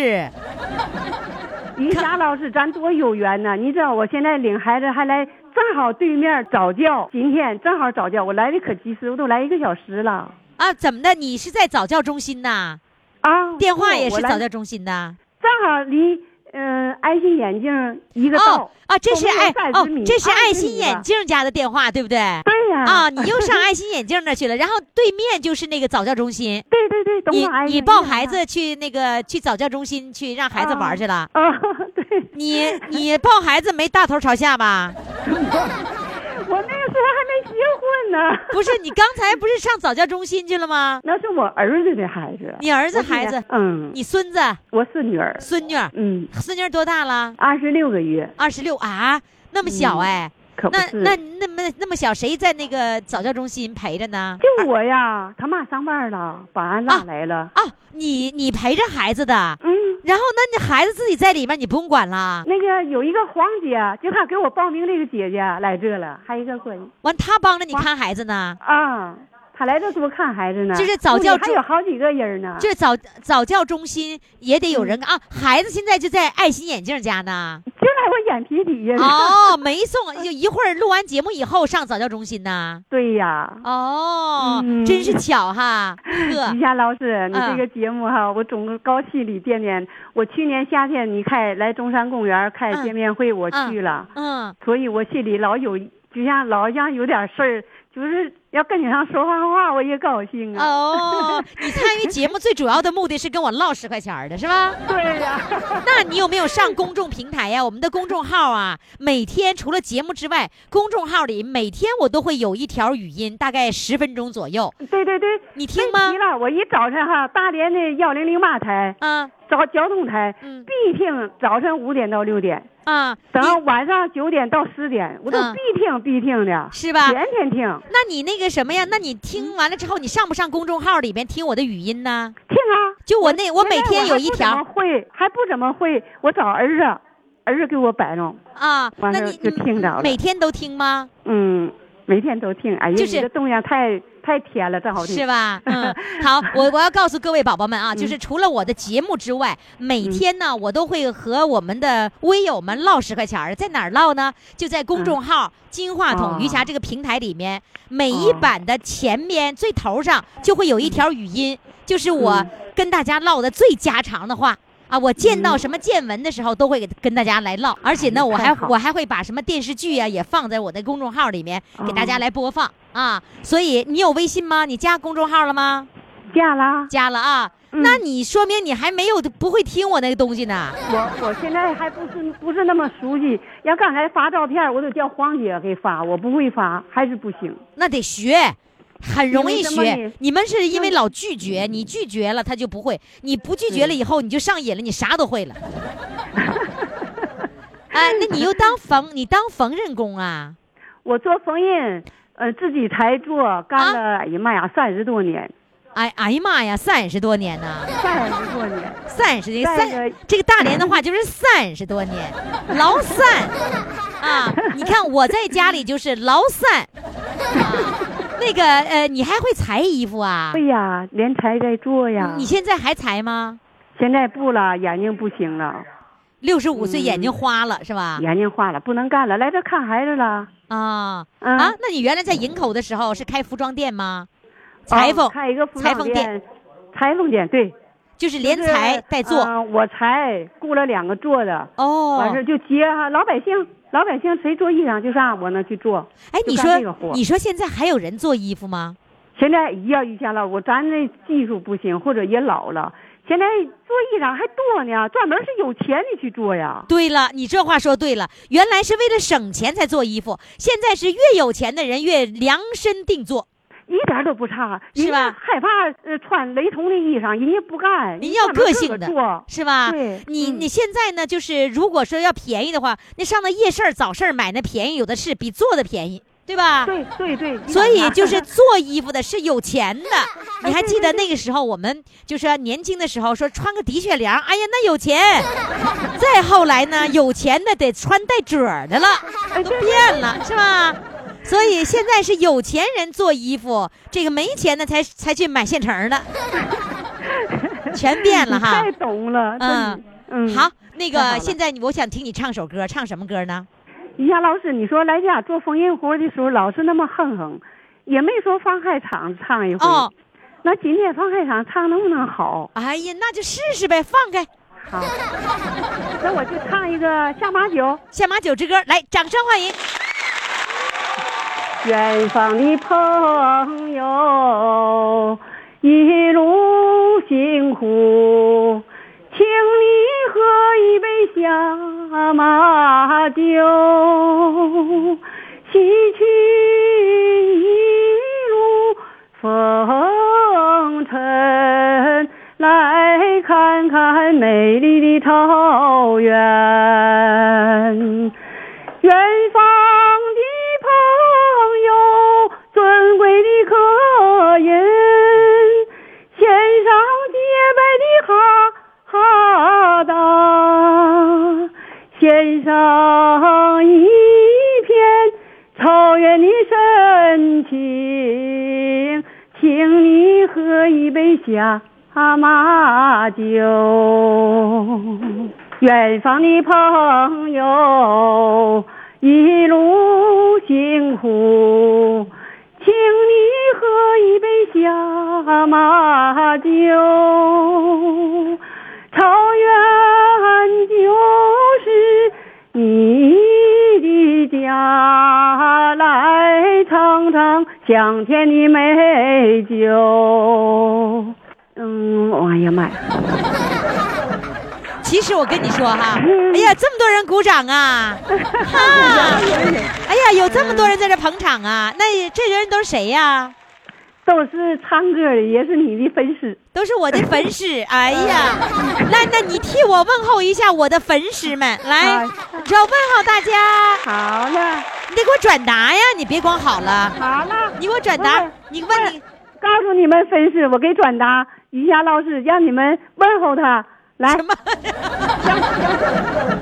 于霞老师，咱多有缘呐！你知道我现在领孩子还来，正好对面早教，今天正好早教，我来的可及时，我都来一个小时了。
啊，怎么的？你是在早教中心呐？
啊，
电话也
我
是
来
早教中心的。
正好离嗯、爱心眼镜一个道
哦啊，这是
我们有
爱
30
哦
米，
这是
20
爱
米
心
吧
眼镜家的电话，对不对？
对呀、
啊，你又上爱心眼镜那去了，然后对面就是那个早教中心。
对对对，懂
你
我爱
你
心
抱
眼
孩
镜
子去那个去早教中心去让孩子玩去了，
啊，对，
你你抱孩子没大头朝下吧？
我那个时候还没结婚呢，
不是，你刚才不是上早教中心去了吗？
那是我儿子的孩子，
你儿子
我是
孩
俩
子，
嗯，
你孙子
我是女儿，
孙女儿，
嗯，
孙女儿多大了？
二十六个月，
二十六啊，那么小
嗯
哎，
可不
那
是，
那那么那么小，谁在那个早教中心陪着呢？
就我呀，他妈上班了，把俺
啊
拉来了，
啊，你你陪着孩子的，
嗯。
然后那你孩子自己在里面，你不用管了。
那个有一个黄姐，就她给我报名这个姐姐来这了，还有一个闺女
完，他帮着你看孩子呢，
啊，她来这给我看孩子呢。
就是早教
屋里还有好几个人呢。
这早早教中心也得
嗯
有人啊。孩子现在就在爱心眼镜家呢。
就在我眼皮底下 呢。
哦，没送，就一会儿录完节目以后上早教中心呢。
对呀，
哦，
嗯
真是巧哈，呵
吉，霞老师，你
嗯
这个节目哈，我总高兴里惦念。我去年夏天你开来中山公园开
嗯
见面会，我
嗯
去了，
嗯，
所以我心里老有，就像老像有点事儿，就是要跟你上说上话，我也高兴啊。
哦，你参与节目最主要的目的是跟我唠十块钱儿的是吧？
对呀，
那你有没有上公众平台呀、我们的公众号啊，每天除了节目之外，公众号里每天我都会有一条语音，大概十分钟左右，
对对对。
你听吗
提？了，我一早晨哈，大连的幺零零八台
啊
早交通台，
嗯
必听早晨五点到六点，
啊，
等
你
晚上九点到十点，我都
嗯
必听必听的，
是吧？
天天听
那你那个什么呀？那你听完了之后，你上不上公众号里边听我的语音呢？
听啊。
就我那，我每
现在
天有一
还不怎么
条
会还不怎么会，我找儿子，儿子给我摆弄，
啊。
完
那
事儿
你
就听着了
每天都听吗？
嗯，每天都听。哎呀，
就是
你这动静太太甜了，正好听。嗯
是 吧？嗯，好，我我要告诉各位宝宝们啊，就是除了我的节目之外，每天呢，我都会和我们的微友们唠十块钱儿，在哪儿唠呢？就在公众号“金话筒
哦
余霞”这个平台里面，每一版的前边最头上就会有一条语音，就是我
嗯
跟大家唠的最家常的话。啊，我见到什么见闻的时候，都会给跟大家来唠，而且呢，我还
哎太好
我还会把什么电视剧啊也放在我的公众号里面给大家来播放啊。所以你有微信吗？你加公众号了吗？
嫁啦，
加了啊。
嗯
那你说明你还没有不会听我那个东西呢。
我我现在还不是不是那么熟悉。要刚才发照片，我得叫黄姐给发，我不会发，还是不行。
那得学，很容
因
易
为什么
学
呢。
你嗯们是因为老拒绝，你拒绝了他就不会，你不拒绝了以后你就上瘾了，你啥都会了。哎，那你又当缝，你当缝纫工啊？
我做缝纫，呃，自己才做，
啊
干了，哎呀妈呀，三十多年，
哎哎呀妈呀，三十多年呐、
三十多年，
三十年
再一
三
个，
这个大连的话就是三十多 年，老散啊！你看我在家里就是老散，啊、那个呃，你还会裁衣服啊？
对呀，连裁带做呀。
你现在还裁吗？
现在不了，眼睛不行
啊
了，
六十五岁眼睛花了、是吧？
眼睛花了，不能干了，来这看孩子了。
啊、
嗯
啊！那你原来在营口的时候是开服装店吗？
啊
裁缝、
开一个服
裁
装
缝店，
店，裁缝店对，
就是连
就是
裁带做、
呃我裁雇了两个做的，完
哦
事。儿就接哈老百姓，老百姓谁做衣裳就上我那去做。
哎，
就
你
干
说
这个活
你说现在还有人做衣服吗？
现在一样一下了，我咱那技术不行，或者也老了。现在做衣裳还多呢，专门是有钱的去做呀。
对了，你这话说对了，原来是为了省钱才做衣服，现在是越有钱的人越量身定做，
一点都不差，
是吧
人家害怕呃穿雷同的衣裳，人家不干，
您要
专门
个
自
性
个
的
做，
是吧？
对
你
嗯
你现在呢，就是如果说要便宜的话，那上那夜市儿、早市儿买那便宜有的是，比做的便宜，对吧？
对对对，
所以就是
对
做衣服的是有钱 的，你还记得那个时候我们就是说年轻的时候说穿个的确良，哎呀那 有钱。再后来呢，有钱的得穿带褶儿的了，
哎
都变了是吧？所以现在是有钱人做衣服，这个没钱的才才去买现成 儿的，全变了哈
太。懂了，真
嗯
嗯，
好，那
太好
个
了
现在你我想听你唱首歌，唱什么歌呢？
你像老师，你说来家做缝纫活的时候，老是那么哼哼，也没说放开场唱一回，
哦，
咱今天放开场唱能不能好？
哎呀，那就试试呗，放开
好，那我就唱一个下马酒。
下马酒之歌，来，掌声欢迎。
远方的朋友，一路辛苦，请你喝一杯下马酒，洗去一路风尘，来看看美丽的草原。远方的朋友，尊贵的客人，献上洁白的哈哈达，献上一片草原的深情，请你喝一杯下马酒。远方的朋友，一路辛苦，请你喝一杯下马酒。草原就是你的家，来尝尝香甜的美酒。嗯，哎呀妈呀！
其实我跟你说哈，哎呀，这么多人鼓掌啊，哈，哎呀，有这么多人在这捧场啊，那这些人都是谁呀、
都是唱歌的，也是你的粉丝。
都是我的粉丝，哎呀，那那你替我问候一下我的粉丝们，来，
啊
只要问候大家，
好了，
你得给我转达呀，你别光好了，
好了，
你给我转达
问，
你问你
告诉你们粉丝，我给转达于霞老师，让你们问候他。来
什，么？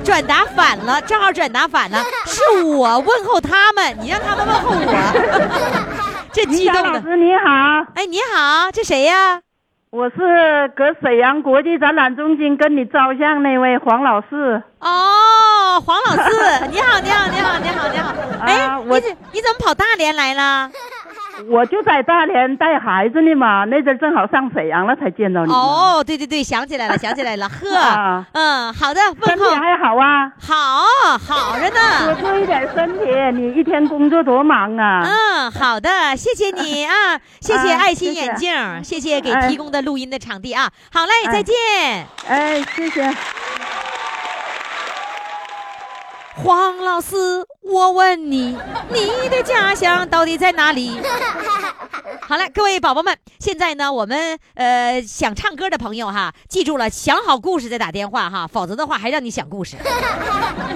转达反了，正好转达反了，是我问候他们，你让他们问候我，这
于
激
霞
动
老
的。
师你好，
哎，你好，这谁呀、
我是搁沈阳国际展览中心跟你照相那位黄老师。
哦，黄 老四，你好，你好，你好，你好，你好。哎，
啊
你
我
怎你怎么跑大连来了？
我就在大连带孩子呢嘛，那阵正好上沈阳了才见到你。，
哦，对对对，想起来了，想起来了，呵
嗯 啊，
嗯，好的，
身
问
体
候，
还好啊？
好好着
多
呢。
注意点身体，你一天工作多忙啊。
嗯，好的，谢谢 你啊，谢谢
啊
爱心
谢谢
眼镜儿，谢谢给
哎
提供的录音的场地啊。好嘞，再
哎
见，
哎，谢谢。
黄老师，我问你，你的家乡到底在哪里？好了，各位宝宝们，现在呢，我们呃想唱歌的朋友哈，记住了，想好故事再打电话哈，否则的话还让你想故事。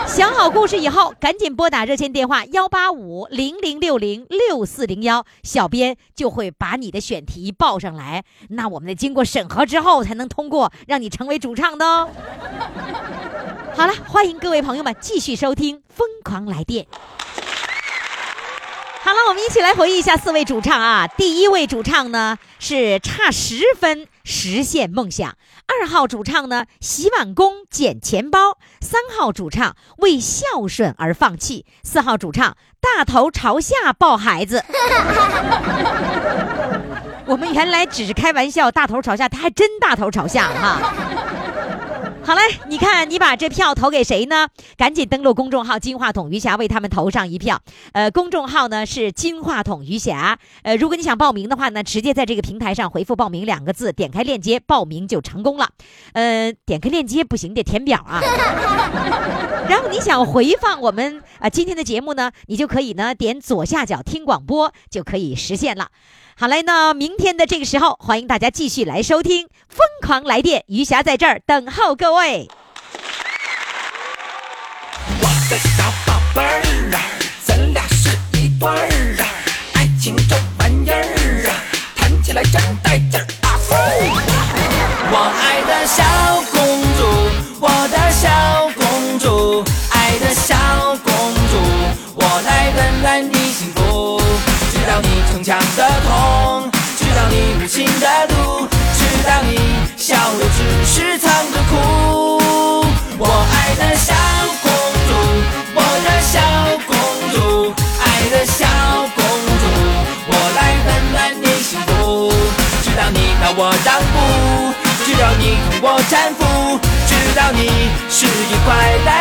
想好故事以后，赶紧拨打热线电话幺八五零零六零六四零幺，小编就会把你的选题报上来。那我们得经过审核之后，才能通过，让你成为主唱的哦。好了，欢迎各位朋友们继续收听《疯狂来电》。好了，我们一起来回忆一下四位主唱啊。第一位主唱呢是差十分实现梦想，二号主唱呢洗碗工捡钱包，三号主唱为孝顺而放弃，四号主唱大头朝下抱孩子。 我们原来只是开玩笑，大头朝下，他还真大头朝下了哈。好嘞，你看你把这票投给谁呢？赶紧登录公众号“金话筒余霞”，为他们投上一票。呃，公众号呢是“金话筒余霞”。呃，如果你想报名的话呢，直接在这个平台上回复“报名”两个字，点开链接报名就成功了。呃，点开链接不行，得填表啊。然后你想回放我们啊、呃今天的节目呢，你就可以呢点左下角听广播就可以实现了。好嘞，那明天的这个时候，欢迎大家继续来收听《疯狂来电》，余霞在这儿等候各位。
啊咱俩是一对儿啊，爱情这玩意儿啊，谈起来真带劲儿啊！呼我爱的小公主，我的小公主，爱的小公主，我来温暖你幸福，知道你逞强的痛，知道你无情的毒，知道你笑的只是藏着哭。我爱的小公主，我的小公主，爱的小公主，我来温暖你幸福，知道你你同我搀扶，直到你适应快乐